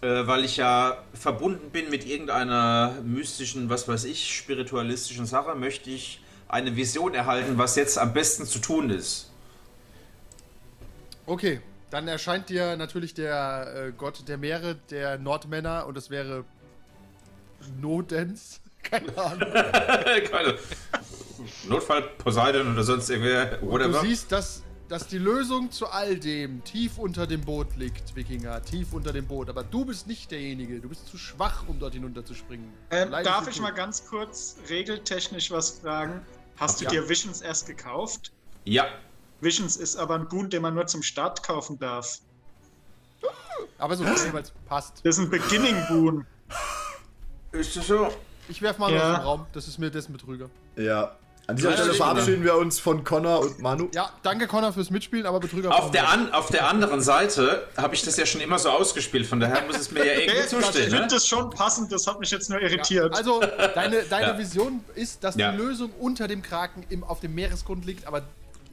Speaker 6: äh, weil ich ja verbunden bin mit irgendeiner mystischen, was weiß ich, spiritualistischen Sache, möchte ich eine Vision erhalten, was jetzt am besten zu tun ist. [LAUGHS]
Speaker 3: Okay, dann erscheint dir natürlich der äh, Gott der Meere, der Nordmänner, und das wäre Nodens. [LAUGHS] Keine Ahnung.
Speaker 6: Keine- Notfall Poseidon oder sonst irgendwer,
Speaker 3: Du
Speaker 6: whatever.
Speaker 3: siehst, dass, dass die Lösung zu all dem tief unter dem Boot liegt, Wikinger, tief unter dem Boot. Aber du bist nicht derjenige, du bist zu schwach, um dort hinunterzuspringen.
Speaker 5: Ähm,
Speaker 3: Leider
Speaker 5: darf
Speaker 3: bist
Speaker 5: ich
Speaker 3: du-
Speaker 5: mal ganz kurz regeltechnisch was fragen? Hast du
Speaker 3: Ja.
Speaker 5: dir Visions erst gekauft?
Speaker 6: Ja,
Speaker 5: Visions ist aber ein Boon, den man nur zum Start kaufen darf.
Speaker 3: Aber so dass es jeweils passt.
Speaker 5: Das ist ein Beginning Boon.
Speaker 6: ist das so?
Speaker 3: Ich werf mal
Speaker 5: Ja.
Speaker 3: aus dem Raum, das ist mir dessen Betrüger.
Speaker 4: Ja. An dieser
Speaker 6: Ja,
Speaker 4: Stelle
Speaker 6: das-
Speaker 4: verabschieden wir uns von Connor und Manu.
Speaker 3: Ja, danke Connor fürs Mitspielen, aber Betrüger
Speaker 6: Auf
Speaker 3: brauchen
Speaker 6: der,
Speaker 3: wir nicht.
Speaker 6: an, auf der anderen Seite habe ich das ja schon immer so ausgespielt, von daher muss es mir ja irgendwie
Speaker 5: Ich
Speaker 6: zustehen. Ne?
Speaker 5: finde das schon passend, das hat mich jetzt nur irritiert.
Speaker 3: Also, deine, deine Vision ist, dass
Speaker 6: Ja.
Speaker 3: die Lösung unter dem Kraken im, auf dem Meeresgrund liegt, aber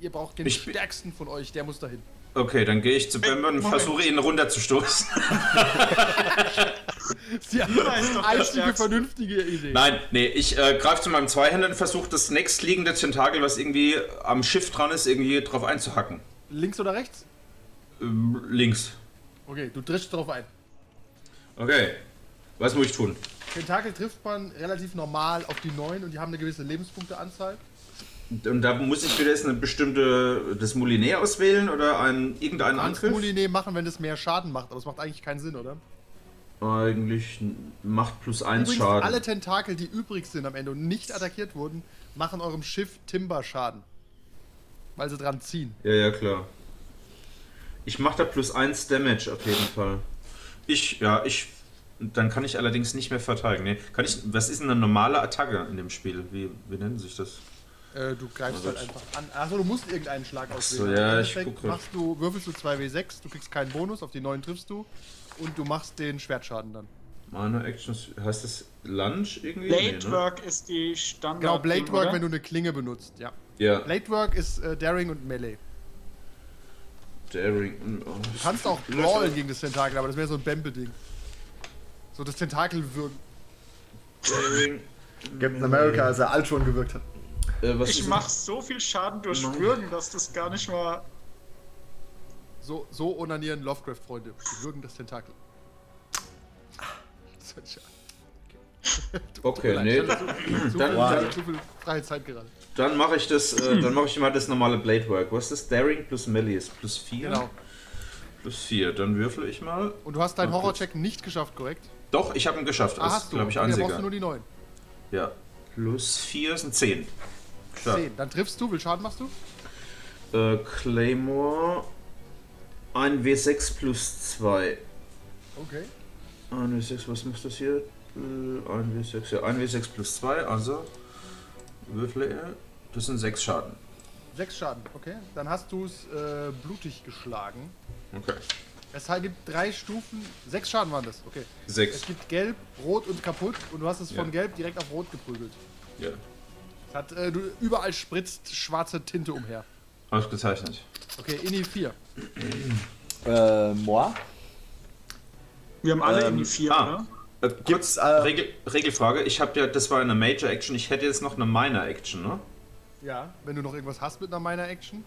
Speaker 3: ihr braucht den
Speaker 6: Ich bin-
Speaker 3: stärksten von euch, der muss
Speaker 5: [LAUGHS]
Speaker 3: dahin.
Speaker 6: Okay, dann gehe ich zu Bembe und
Speaker 5: Moment.
Speaker 6: versuche ihn runterzustoßen.
Speaker 3: Das ist die
Speaker 5: ist doch der
Speaker 3: einzige
Speaker 5: Stärkste.
Speaker 3: vernünftige Idee.
Speaker 6: Nein, nee, ich äh, greife zu meinem Zweihänder und versuche das nächstliegende Tentakel, was irgendwie am Schiff dran ist, irgendwie drauf einzuhacken.
Speaker 3: Links oder rechts?
Speaker 6: Ähm, links.
Speaker 3: Okay, du drischst drauf ein.
Speaker 6: Okay. Was muss ich tun?
Speaker 3: Tentakel trifft man relativ normal auf die 9 und die haben eine gewisse Lebenspunkteanzahl.
Speaker 6: Und da muss ich wieder jetzt eine bestimmte, das Moliné auswählen oder einen, irgendeinen
Speaker 3: Kannst
Speaker 6: Angriff?
Speaker 3: Moulinet machen, wenn das mehr Schaden macht, aber es macht eigentlich keinen Sinn, oder?
Speaker 6: Eigentlich macht plus eins
Speaker 3: Übrigens,
Speaker 6: Schaden.
Speaker 3: alle Tentakel, die übrig sind am Ende und nicht attackiert wurden, machen eurem Schiff Timber-Schaden. Weil sie dran ziehen.
Speaker 6: Ja, ja, klar. Ich mache da plus 1 Damage auf jeden Fall. Ich, ja, ich. Dann kann ich allerdings nicht mehr verteidigen. Nee, kann ich. Was ist denn eine normale Attacke in dem Spiel? Wie, wie nennt sich das?
Speaker 3: Äh, du greifst halt einfach an. Achso, du musst irgendeinen Schlag auswählen.
Speaker 6: Also so,
Speaker 3: Im
Speaker 6: ja, ich
Speaker 3: Endeffekt
Speaker 6: gucke.
Speaker 3: machst du, würfelst du 2W6, du kriegst keinen Bonus, auf die 9 triffst du und du machst den Schwertschaden dann.
Speaker 6: Meine Actions. Heißt das Lunch irgendwie?
Speaker 5: Blade
Speaker 6: ne?
Speaker 5: Work ist die Standard.
Speaker 3: Genau, Bladework, wenn du eine Klinge benutzt, ja.
Speaker 6: Ja.
Speaker 3: Bladework ist äh, Daring und Melee.
Speaker 6: Daring. Oh,
Speaker 3: Du kannst auch brawlen gegen das Tentakel, aber das wäre so ein Bempe-Ding. So das Tentakel wirkt.
Speaker 6: Daring.
Speaker 4: Captain America, als er alt schon gewirkt hat.
Speaker 6: Äh, was
Speaker 5: Ich
Speaker 6: ist-
Speaker 5: mach so viel Schaden durch
Speaker 3: Genau.
Speaker 5: Würgen, dass das gar nicht mal.
Speaker 3: So, so onanieren Lovecraft-Freunde. Die würgen das Tentakel. Das hat schade.
Speaker 6: Okay, nee.
Speaker 3: Zu
Speaker 6: Dann-
Speaker 3: viel,
Speaker 6: dann-
Speaker 3: zu viel Freizeit gerade.
Speaker 6: Dann mache ich das, äh,
Speaker 3: Hm.
Speaker 6: dann mache ich mal das normale Blade Work. Was ist Daring plus Melee ist plus 4?
Speaker 3: Genau.
Speaker 6: Plus 4. Dann würfel ich mal.
Speaker 3: Und du hast deinen Horrorcheck nicht geschafft, korrekt?
Speaker 6: Doch, ich habe ihn geschafft.
Speaker 3: Ah,
Speaker 6: Das
Speaker 3: hast
Speaker 6: ist,
Speaker 3: du.
Speaker 6: glaube ich,
Speaker 3: Okay, dann
Speaker 6: einziger.
Speaker 3: brauchst du nur die 9.
Speaker 6: ja. Plus 4 sind 10. Klar.
Speaker 3: 10. Dann triffst du, wie viel Schaden machst du?
Speaker 6: Äh, Claymore. Ein W6 plus 2.
Speaker 3: Okay.
Speaker 6: Ein W6, was macht das hier? Äh, Ein W6, ja. Ein W6 plus 2, also. Würfle er. Das sind 6 Schaden.
Speaker 3: 6 Schaden, okay. Dann hast du es äh, blutig geschlagen.
Speaker 6: Okay.
Speaker 3: Es halt gibt drei Stufen. Sechs Schaden waren das, okay. Es
Speaker 6: 6.
Speaker 3: gibt gelb, rot und kaputt und du hast es von
Speaker 6: Ja.
Speaker 3: gelb direkt auf rot geprügelt.
Speaker 6: Ja.
Speaker 3: Es hat, äh, du, überall spritzt schwarze Tinte umher.
Speaker 6: Ausgezeichnet.
Speaker 3: Okay, Inni 4.
Speaker 4: Äh, moi?
Speaker 5: Wir haben
Speaker 3: Ähm,
Speaker 5: alle in die 4,
Speaker 6: ah.
Speaker 5: ne?
Speaker 6: Äh, kurz,
Speaker 4: Gibt's, äh,
Speaker 6: Regel, Regelfrage, ich habe ja, das war eine Major Action, ich hätte jetzt noch eine Minor Action, ne?
Speaker 3: Ja. Wenn du noch irgendwas hast mit einer meiner Action.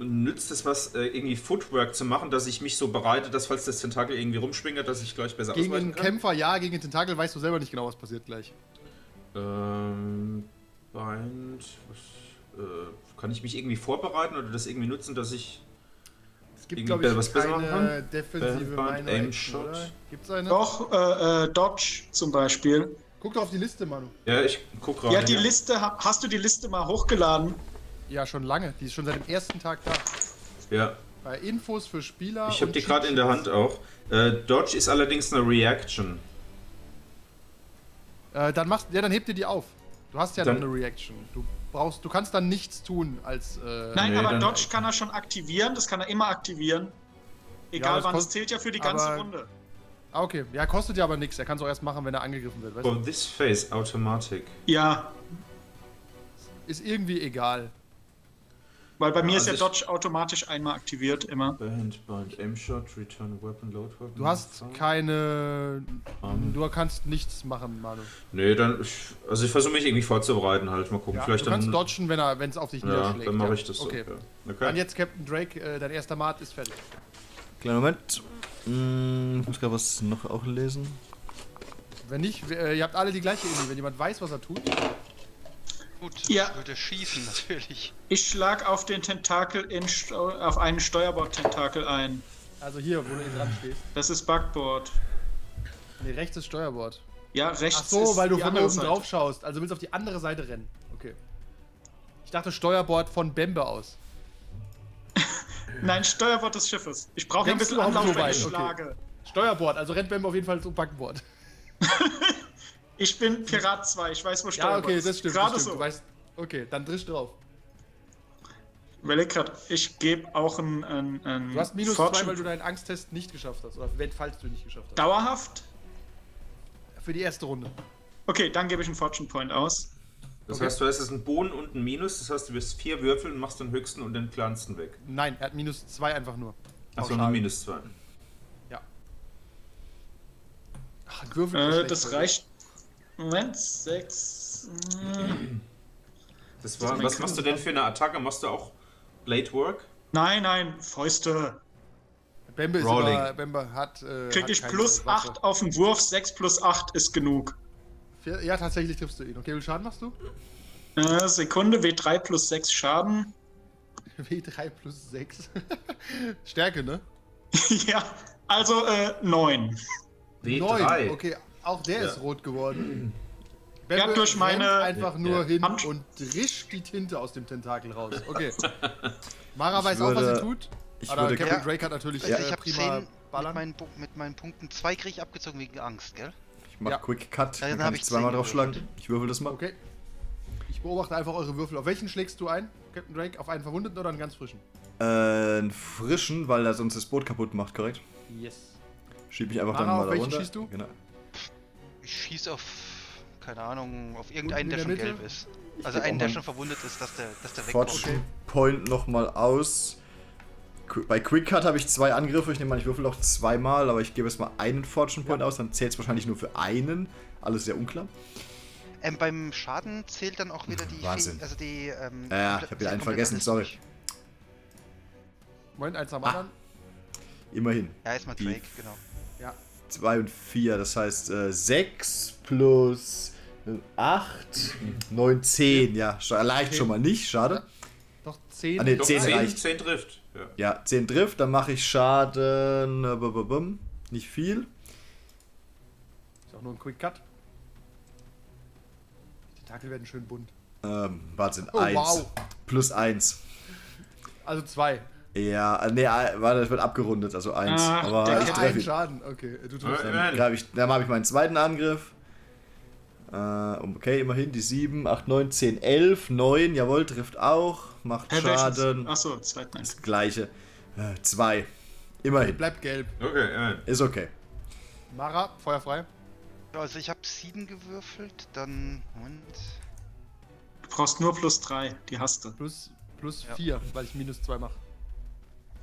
Speaker 6: Nützt es was, äh, irgendwie Footwork zu machen, dass ich mich so bereite, dass falls das Tentakel irgendwie rumschwingt, dass ich gleich besser
Speaker 3: Gegen
Speaker 6: ausweichen
Speaker 3: einen
Speaker 6: kann?
Speaker 3: Kämpfer, ja, gegen den Tentakel weißt du selber nicht genau, was passiert gleich.
Speaker 6: Ähm, Bind, was, äh, kann ich mich irgendwie vorbereiten oder das irgendwie nutzen, dass ich,
Speaker 3: Es gibt,
Speaker 6: Gegen
Speaker 3: glaube
Speaker 6: der was
Speaker 3: ich,
Speaker 6: besser machen
Speaker 3: keine defensive
Speaker 6: Band,
Speaker 3: Minor
Speaker 6: Aim
Speaker 3: Action,
Speaker 6: Shot.
Speaker 3: oder? Gibt's eine?
Speaker 5: Doch, äh, äh, Dodge zum Beispiel.
Speaker 3: Guck doch auf die Liste, Manu.
Speaker 6: ja, ich guck gerade.
Speaker 5: Ja, die Liste, ha- hast du die Liste mal hochgeladen?
Speaker 3: Äh, Ja, schon lange. Die ist schon seit dem ersten Tag da.
Speaker 6: Ja,
Speaker 3: Bei Infos für Spieler.
Speaker 6: ich habe
Speaker 3: und
Speaker 6: die gerade in der Hand auch. Äh, Dodge ist allerdings eine Reaction.
Speaker 3: Äh, dann machst, ja, dann hebt ihr die auf. Du hast ja dann,
Speaker 6: Dann-
Speaker 3: eine Reaction. Du brauchst, du kannst dann nichts tun als. Äh,
Speaker 5: Nein,
Speaker 6: Nee,
Speaker 5: aber
Speaker 6: dann-
Speaker 5: Dodge kann er schon aktivieren, das kann er immer aktivieren. Egal
Speaker 3: das
Speaker 5: wann, das
Speaker 3: kost-
Speaker 5: zählt ja für die ganze
Speaker 3: aber-
Speaker 5: Runde.
Speaker 3: Ah, okay. Ja, kostet ja aber nichts. Er kann es auch erst machen, wenn er angegriffen wird. Weißt? du?
Speaker 6: For this phase, Automatic.
Speaker 5: Ja,
Speaker 3: Ist irgendwie egal.
Speaker 5: weil bei mir
Speaker 6: Also
Speaker 5: ist
Speaker 6: ich-
Speaker 5: ja Dodge automatisch einmal aktiviert, immer.
Speaker 6: Band, Bind, Aimshot, Return Weapon, Load Weapon.
Speaker 3: Du hast keine. Du kannst nichts machen, Manu.
Speaker 6: Nee, dann. ich- Also ich versuche mich irgendwie vorzubereiten halt. Mal gucken.
Speaker 3: Ja,
Speaker 6: Vielleicht
Speaker 3: du
Speaker 6: dann.
Speaker 3: kannst dodgen, wenn er, wenn es auf dich
Speaker 6: ja,
Speaker 3: niederschlägt.
Speaker 6: dann mache ich das
Speaker 3: Okay.
Speaker 6: so. ja.
Speaker 3: Dann
Speaker 6: Okay.
Speaker 3: jetzt Captain Drake, äh, dein erster Mat ist fertig.
Speaker 4: Kleiner Moment. Hm, ich muss gerade was noch auch lesen.
Speaker 3: Wenn nicht, äh, ihr habt alle die gleiche Idee. Wenn jemand weiß, was er tut,
Speaker 7: Gut,
Speaker 5: Ja.
Speaker 7: würde schießen natürlich.
Speaker 5: Ich schlag auf den Tentakel in, St- auf einen Steuerbord-Tentakel ein.
Speaker 3: also hier, wo du eben dran stehst.
Speaker 5: Das ist Backboard.
Speaker 3: Nee, rechts ist Steuerbord.
Speaker 5: Ja, rechts
Speaker 3: Ach so,
Speaker 5: ist
Speaker 3: weil du
Speaker 5: die
Speaker 3: von
Speaker 5: andere
Speaker 3: oben
Speaker 5: Seite.
Speaker 3: drauf schaust. Also willst du auf die andere Seite rennen. Okay. Ich dachte Steuerbord von Bembe aus.
Speaker 5: Nein, Steuerbord des Schiffes. Ich brauche ein
Speaker 3: Denkst
Speaker 5: bisschen
Speaker 3: du auch
Speaker 5: Anlauf,
Speaker 3: so
Speaker 5: wenn
Speaker 3: weit?
Speaker 5: ich
Speaker 3: Okay.
Speaker 5: schlage.
Speaker 3: Steuerbord, also rennt Bembe auf jeden Fall zum Backbord.
Speaker 5: Ich bin Pirat 2, ich weiß, wo
Speaker 3: Ja, [LAUGHS]
Speaker 5: Steuerbord
Speaker 3: okay,
Speaker 5: ist.
Speaker 3: das stimmt.
Speaker 5: Gerade
Speaker 3: das stimmt. Du
Speaker 5: so.
Speaker 3: weißt, okay, dann drisch drauf.
Speaker 5: Überleg grad, ich gebe auch ein, ein, ein
Speaker 3: Du hast minus
Speaker 5: Fortune-
Speaker 3: zwei, weil du deinen Angsttest nicht geschafft hast. Oder wenn, falls du ihn nicht geschafft hast.
Speaker 5: Dauerhaft?
Speaker 3: Für die erste Runde.
Speaker 5: Okay, dann gebe ich einen Fortune Point aus.
Speaker 6: Das heißt, du hast jetzt einen Boden und einen Minus. Das heißt, du wirst vier Würfel und machst den höchsten und den kleinsten weg.
Speaker 3: Nein, er hat minus zwei einfach nur.
Speaker 6: Achso,
Speaker 3: Pauschal.
Speaker 6: nur Minus zwei.
Speaker 3: Ja. Ach, ein Würfel ist
Speaker 5: Äh,
Speaker 3: schlecht, also.
Speaker 5: das
Speaker 3: Leute.
Speaker 5: reicht. Moment, mm, 6.
Speaker 6: Das war,
Speaker 5: mein
Speaker 6: was machst du denn für eine Attacke? Machst du auch Blade Work?
Speaker 5: Nein, nein, Fäuste.
Speaker 3: Bembe ist
Speaker 6: Rolling.
Speaker 3: immer, Bembe hat. Äh,
Speaker 5: Krieg
Speaker 3: hat
Speaker 5: ich
Speaker 3: keine
Speaker 5: plus
Speaker 3: Waffe.
Speaker 5: 8 auf den Wurf, 6 plus 8 ist genug.
Speaker 3: Vier- Ja, tatsächlich triffst du ihn. Okay, wie viel Schaden machst du?
Speaker 5: Äh, Sekunde, W3 plus 6 Schaden. [LAUGHS]
Speaker 3: W3 plus 6. [LAUGHS] Stärke, ne?
Speaker 5: ja, also äh, 9.
Speaker 6: W3.
Speaker 3: Okay, auch der ist rot geworden. Bembe
Speaker 5: Ja, durch meine-
Speaker 3: rennt einfach nur
Speaker 6: Ja.
Speaker 3: hin
Speaker 5: Hand-
Speaker 3: und rischt die Tinte aus dem Tentakel raus. Okay. Mara weiß auch, was
Speaker 4: würde-
Speaker 3: sie tut.
Speaker 4: ich
Speaker 3: aber
Speaker 4: würde-
Speaker 3: Captain
Speaker 7: Ja.
Speaker 3: Drake hat natürlich
Speaker 7: Also
Speaker 3: äh,
Speaker 7: ich habe
Speaker 3: prima
Speaker 7: zehn mit
Speaker 3: Ballern.
Speaker 7: meinen, Pu- mit meinen Punkten. Zwei krieg ich abgezogen wegen Angst, gell?
Speaker 4: Ich Ich mach
Speaker 3: Ja.
Speaker 4: Quick Cut,
Speaker 7: Ja,
Speaker 4: dann
Speaker 7: dann
Speaker 4: kann
Speaker 7: hab
Speaker 4: ich
Speaker 7: ich
Speaker 4: zweimal
Speaker 7: zehn
Speaker 4: draufschlagen. Ich würfel das mal.
Speaker 3: Okay. Ich beobachte einfach eure Würfel. Auf welchen schlägst du ein, Captain Drake? Auf einen verwundeten oder einen ganz frischen?
Speaker 4: Äh, einen frischen, weil er sonst das Boot kaputt macht, korrekt?
Speaker 3: Yes.
Speaker 4: Schieb ich einfach
Speaker 3: Mara,
Speaker 4: dann mal
Speaker 3: auf
Speaker 4: da
Speaker 3: welchen
Speaker 4: runter.
Speaker 3: schießt du?
Speaker 4: Genau.
Speaker 7: Ich schieß auf, keine Ahnung, auf
Speaker 3: in
Speaker 7: irgendeinen, der
Speaker 3: der
Speaker 7: schon
Speaker 3: Mitte?
Speaker 7: gelb ist. Also
Speaker 4: geb auch
Speaker 7: einen, der
Speaker 4: mal-
Speaker 7: schon verwundet ist, dass der, dass der wegkommt.
Speaker 4: Fortune Point nochmal aus. Qu- Bei Quick Cut habe ich zwei Angriffe. Ich nehme an, ich würfel noch zweimal, aber ich gebe jetzt mal einen Fortune Point aus. Dann zählt es wahrscheinlich nur für einen. Alles sehr unklar.
Speaker 7: Ähm, beim Schaden zählt dann auch wieder die...
Speaker 4: Wahnsinn.
Speaker 7: Fäh- Also die, ähm,
Speaker 4: Ja, ja,
Speaker 7: komple-
Speaker 4: ich hab wieder einen
Speaker 7: komplette
Speaker 4: vergessen,
Speaker 7: Liste
Speaker 4: sorry.
Speaker 7: durch.
Speaker 3: Moment, eins
Speaker 4: Ah.
Speaker 3: am anderen.
Speaker 4: Immerhin.
Speaker 7: Ja, erstmal
Speaker 4: Die-
Speaker 7: Drake, genau.
Speaker 3: Ja.
Speaker 4: 2 und 4, das heißt äh, 6 plus äh, 8, 9, 10. Ja, scha- leicht schon mal nicht, schade.
Speaker 3: Noch zehn.
Speaker 4: Ah, nee,
Speaker 6: Doch,
Speaker 4: Zehn
Speaker 6: 10,
Speaker 4: reicht.
Speaker 6: 10 trifft. Ja.
Speaker 4: Ja, 10 trifft, dann mache ich Schaden. äh, bum, bum, bum, Nicht viel.
Speaker 3: Ist auch nur ein Quick Cut. Die Tentakel werden schön bunt.
Speaker 4: Ähm, warte,
Speaker 3: Oh,
Speaker 4: 1.
Speaker 3: wow.
Speaker 4: Plus 1.
Speaker 3: Also zwei.
Speaker 4: Ja, äh, nee, äh, warte, das wird abgerundet, also 1.
Speaker 5: Ach,
Speaker 4: Aber
Speaker 5: der
Speaker 4: ich
Speaker 3: Ah,
Speaker 4: treffe
Speaker 3: ein
Speaker 4: ihn.
Speaker 3: Schaden. Okay, du tust
Speaker 6: Ja,
Speaker 3: ja,
Speaker 4: Dann, greif ich, dann habe ich meinen zweiten Angriff. Äh, okay, immerhin die 7, 8, 9, 10, 11, 9. Jawohl, trifft auch. Macht
Speaker 5: Hä, welches?
Speaker 4: Schaden.
Speaker 5: Achso, zweiten Angriff.
Speaker 4: Das gleiche. Äh, zwei. Immerhin.
Speaker 3: Bleibt gelb.
Speaker 6: Okay, ja.
Speaker 4: Ist okay.
Speaker 3: Mara, feuerfrei.
Speaker 7: Ja, Also ich habe 7 gewürfelt, dann... Moment.
Speaker 5: Du brauchst nur plus drei, die hast du.
Speaker 3: Plus, plus
Speaker 7: Ja.
Speaker 3: vier, weil ich minus zwei mache.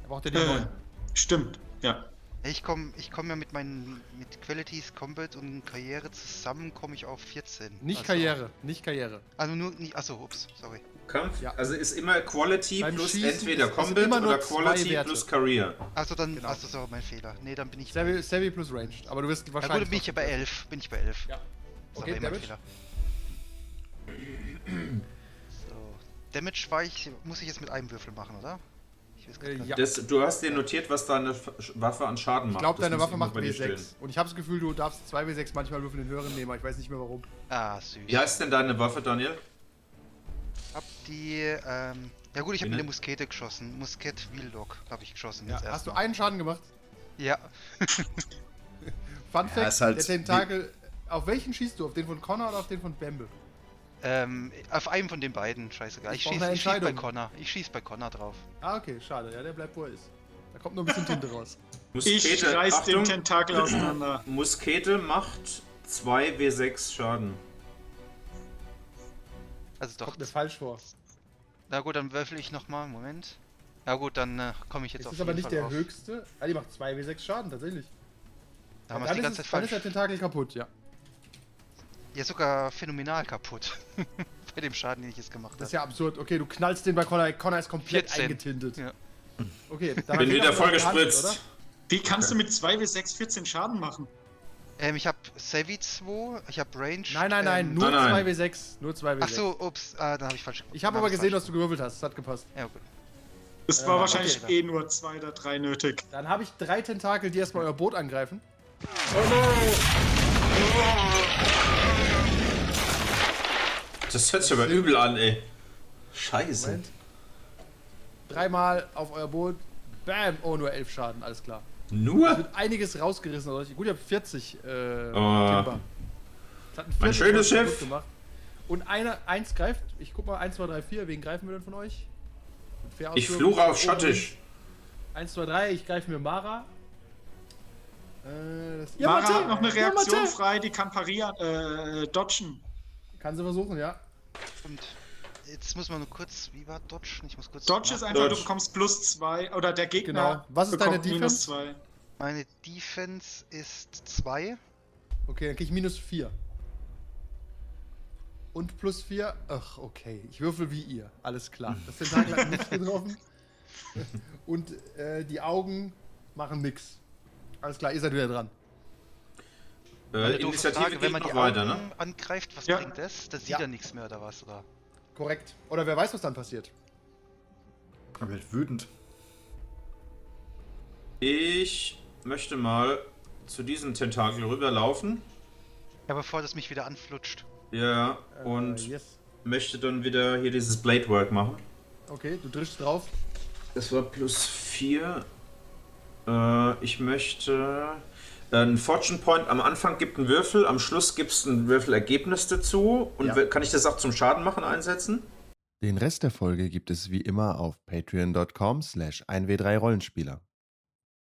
Speaker 3: Da braucht ihr die
Speaker 5: Äh,
Speaker 3: neun.
Speaker 5: stimmt, ja.
Speaker 7: Ja, Ich komme ich komm ja mit meinen mit Qualities, Combat und Karriere zusammen, komme ich auf 14.
Speaker 3: Nicht
Speaker 7: also,
Speaker 3: Karriere, nicht Karriere.
Speaker 7: Also nur, nicht, achso, ups, sorry.
Speaker 6: Kampf,
Speaker 3: Ja.
Speaker 6: also ist immer Quality
Speaker 3: Beim
Speaker 6: plus
Speaker 3: Schießen
Speaker 6: entweder
Speaker 3: ist es
Speaker 6: Combat
Speaker 3: immer nur
Speaker 6: oder
Speaker 3: zwei
Speaker 6: Quality
Speaker 3: Werte.
Speaker 6: plus Career.
Speaker 7: Also dann, genau. achso, sorry, mein Fehler. Nee, dann bin ich...
Speaker 3: Savvy, Savvy plus Ranged, aber du wirst
Speaker 7: Na gut,
Speaker 3: wahrscheinlich.
Speaker 7: dann bin ich ja bei 11. Bin ich bei 11.
Speaker 3: Ja. Okay,
Speaker 7: Sorry, mein
Speaker 3: Damage?
Speaker 7: Fehler. So. Damage war ich, muss ich jetzt mit einem Würfel machen, oder? Ich weiß grad
Speaker 3: Äh,
Speaker 7: gar
Speaker 3: ja.
Speaker 7: nicht.
Speaker 3: Ich
Speaker 6: Das, du hast dir notiert, was deine F- Waffe an Schaden macht.
Speaker 3: glaube,
Speaker 6: Das
Speaker 3: deine
Speaker 6: muss
Speaker 3: Waffe
Speaker 6: irgendwo
Speaker 3: macht
Speaker 6: bei dir
Speaker 3: W6.
Speaker 6: stehen.
Speaker 3: Und ich habe das Gefühl, du darfst 2W6 manchmal würfeln den höheren nehmen, aber ich weiß nicht mehr warum.
Speaker 7: Ah, süß.
Speaker 6: Wie heißt denn deine Waffe, Daniel?
Speaker 7: Hab die, ähm, ja gut, ich habe mit
Speaker 6: Wie
Speaker 7: der
Speaker 6: ne?
Speaker 7: Muskete geschossen. Musket Wheelock habe ich geschossen.
Speaker 3: Ja.
Speaker 7: jetzt
Speaker 3: Hast du
Speaker 7: erstmal.
Speaker 3: einen Schaden gemacht?
Speaker 7: Ja,
Speaker 3: Fun Fact:
Speaker 4: ist halt
Speaker 3: Der Tentakel. Auf welchen schießt du? Auf den von Connor oder auf den von Bamble?
Speaker 7: ähm, auf einem von den beiden, scheißegal.
Speaker 3: Ich
Speaker 7: Ich
Speaker 3: brauch
Speaker 7: schieße
Speaker 3: eine
Speaker 7: ich schieß bei
Speaker 3: Entscheidung.
Speaker 7: Connor. Ich schieß bei Connor drauf.
Speaker 3: Ah, okay, schade. Ja, der bleibt, wo er ist. Da kommt nur ein [LAUGHS] bisschen Tinte raus.
Speaker 5: Ich
Speaker 6: Muskete,
Speaker 5: reiß
Speaker 6: Achtung,
Speaker 5: den Tentakel auseinander.
Speaker 6: Muskete macht 2w6 Schaden.
Speaker 7: Also doch.
Speaker 3: Kommt mir falsch vor.
Speaker 7: Na gut, dann würfel ich nochmal. Moment. Na gut, dann äh, komme ich jetzt
Speaker 3: Das
Speaker 7: auf
Speaker 3: ist aber
Speaker 7: jeden
Speaker 3: nicht
Speaker 7: Fall
Speaker 3: der
Speaker 7: auf.
Speaker 3: höchste. Ah, die macht 2W6 Schaden, tatsächlich.
Speaker 7: Da haben wir
Speaker 3: Ja,
Speaker 7: es die
Speaker 3: dann
Speaker 7: ganze
Speaker 3: ist, es- dann
Speaker 7: Zeit
Speaker 3: ist der
Speaker 7: falsch.
Speaker 3: Tentakel kaputt, ja.
Speaker 7: Ja, sogar phänomenal kaputt. [LAUGHS] bei dem Schaden, den ich jetzt gemacht
Speaker 3: Das ist ja
Speaker 7: habe.
Speaker 3: absurd. Okay, du knallst den bei Connor. Connor ist komplett
Speaker 7: 14.
Speaker 3: eingetintet.
Speaker 7: Ja.
Speaker 6: [LAUGHS]
Speaker 3: Okay,
Speaker 6: Bin wieder voll
Speaker 3: Oder?
Speaker 6: gespritzt.
Speaker 5: Wie kannst du mit 2 bis 6 14 Schaden machen?
Speaker 7: Ähm, ich habe Savvy 2, ich habe Range.
Speaker 3: Nein, nein, nein,
Speaker 7: Ähm,
Speaker 3: nur
Speaker 6: Nein, nein.
Speaker 3: 2W6. Nur 2W6.
Speaker 7: ach so, ups, ah, dann habe ich falsch
Speaker 3: Ich habe
Speaker 7: dann
Speaker 3: aber
Speaker 7: ich's
Speaker 3: gesehen, dass
Speaker 7: falsch
Speaker 3: du gewürfelt hast. Das hat gepasst.
Speaker 7: gemacht. Ja, gut.
Speaker 5: Es
Speaker 3: Äh,
Speaker 5: war wahrscheinlich
Speaker 7: okay.
Speaker 5: eh nur 2 oder 3 nötig.
Speaker 3: Dann habe ich drei Tentakel, die erstmal euer Boot angreifen.
Speaker 6: Das hört sich aber übel an, ey. Scheiße.
Speaker 3: Moment. Dreimal auf euer Boot. Bam! Oh, nur elf Schaden, alles klar.
Speaker 6: Nur?
Speaker 3: Einiges rausgerissen. aus euch. Gut, ihr habt 40 äh, Timber. Das hat ein
Speaker 6: Ein
Speaker 3: 40
Speaker 6: schönes
Speaker 3: kaputt
Speaker 6: Schiff.
Speaker 3: Gemacht. Und einer, eins greift. Ich guck mal, 1, 2, 3, 4. Wen greifen wir denn von euch? Fair Oh,
Speaker 6: Ich
Speaker 3: auswürfen.
Speaker 6: fluche auf
Speaker 3: Oben links.
Speaker 6: Schottisch.
Speaker 3: 1, 2, 3, ich greife mir Mara. Äh, das ja,
Speaker 5: Mara
Speaker 3: Mathe!
Speaker 5: hat noch eine
Speaker 3: Ja,
Speaker 5: Reaktion
Speaker 3: Mathe!
Speaker 5: frei, die kann parieren, äh, dodgen.
Speaker 3: Kann sie versuchen, ja.
Speaker 7: Stimmt. Jetzt muss man nur kurz, wie war Dodge? Ich muss kurz.
Speaker 5: Dodge ist
Speaker 7: nach-
Speaker 5: einfach,
Speaker 6: Dodge.
Speaker 5: du bekommst plus 2 oder der Gegner.
Speaker 3: Genau. Was ist
Speaker 5: bekommt
Speaker 3: deine Defense?
Speaker 5: Minus 2.
Speaker 7: Meine Defense ist 2.
Speaker 3: Okay, dann krieg ich minus 4. Und plus 4. Ach, okay. Ich würfel wie ihr. Alles klar. Das Tentakel hat nicht getroffen. Und äh, die Augen machen nix. Alles klar, ihr seid wieder dran.
Speaker 6: Äh, Initiative geht
Speaker 7: wenn man
Speaker 6: noch
Speaker 7: die
Speaker 6: weiter,
Speaker 7: Augen
Speaker 6: ne?
Speaker 7: angreift, was
Speaker 5: Ja.
Speaker 7: bringt das? Das sieht
Speaker 3: Ja.
Speaker 7: ja nichts mehr oder was? Oder?
Speaker 3: Korrekt. Oder wer weiß, was dann passiert.
Speaker 4: Ich werd wütend.
Speaker 6: Ich möchte mal zu diesem Tentakel rüberlaufen.
Speaker 7: Ja, bevor das mich wieder anflutscht.
Speaker 6: Ja, und
Speaker 3: Äh, yes.
Speaker 6: möchte dann wieder hier dieses Blade Work machen.
Speaker 3: Okay, du drischst drauf.
Speaker 6: Das war plus 4. Äh, ich möchte. Ein Fortune Point am Anfang gibt einen Würfel, am Schluss gibt es ein Würfelergebnis dazu. Und
Speaker 4: Ja.
Speaker 6: we- kann ich das auch zum Schaden machen einsetzen?
Speaker 3: Den Rest der Folge gibt es wie immer auf patreon.com slash 1w3rollenspieler.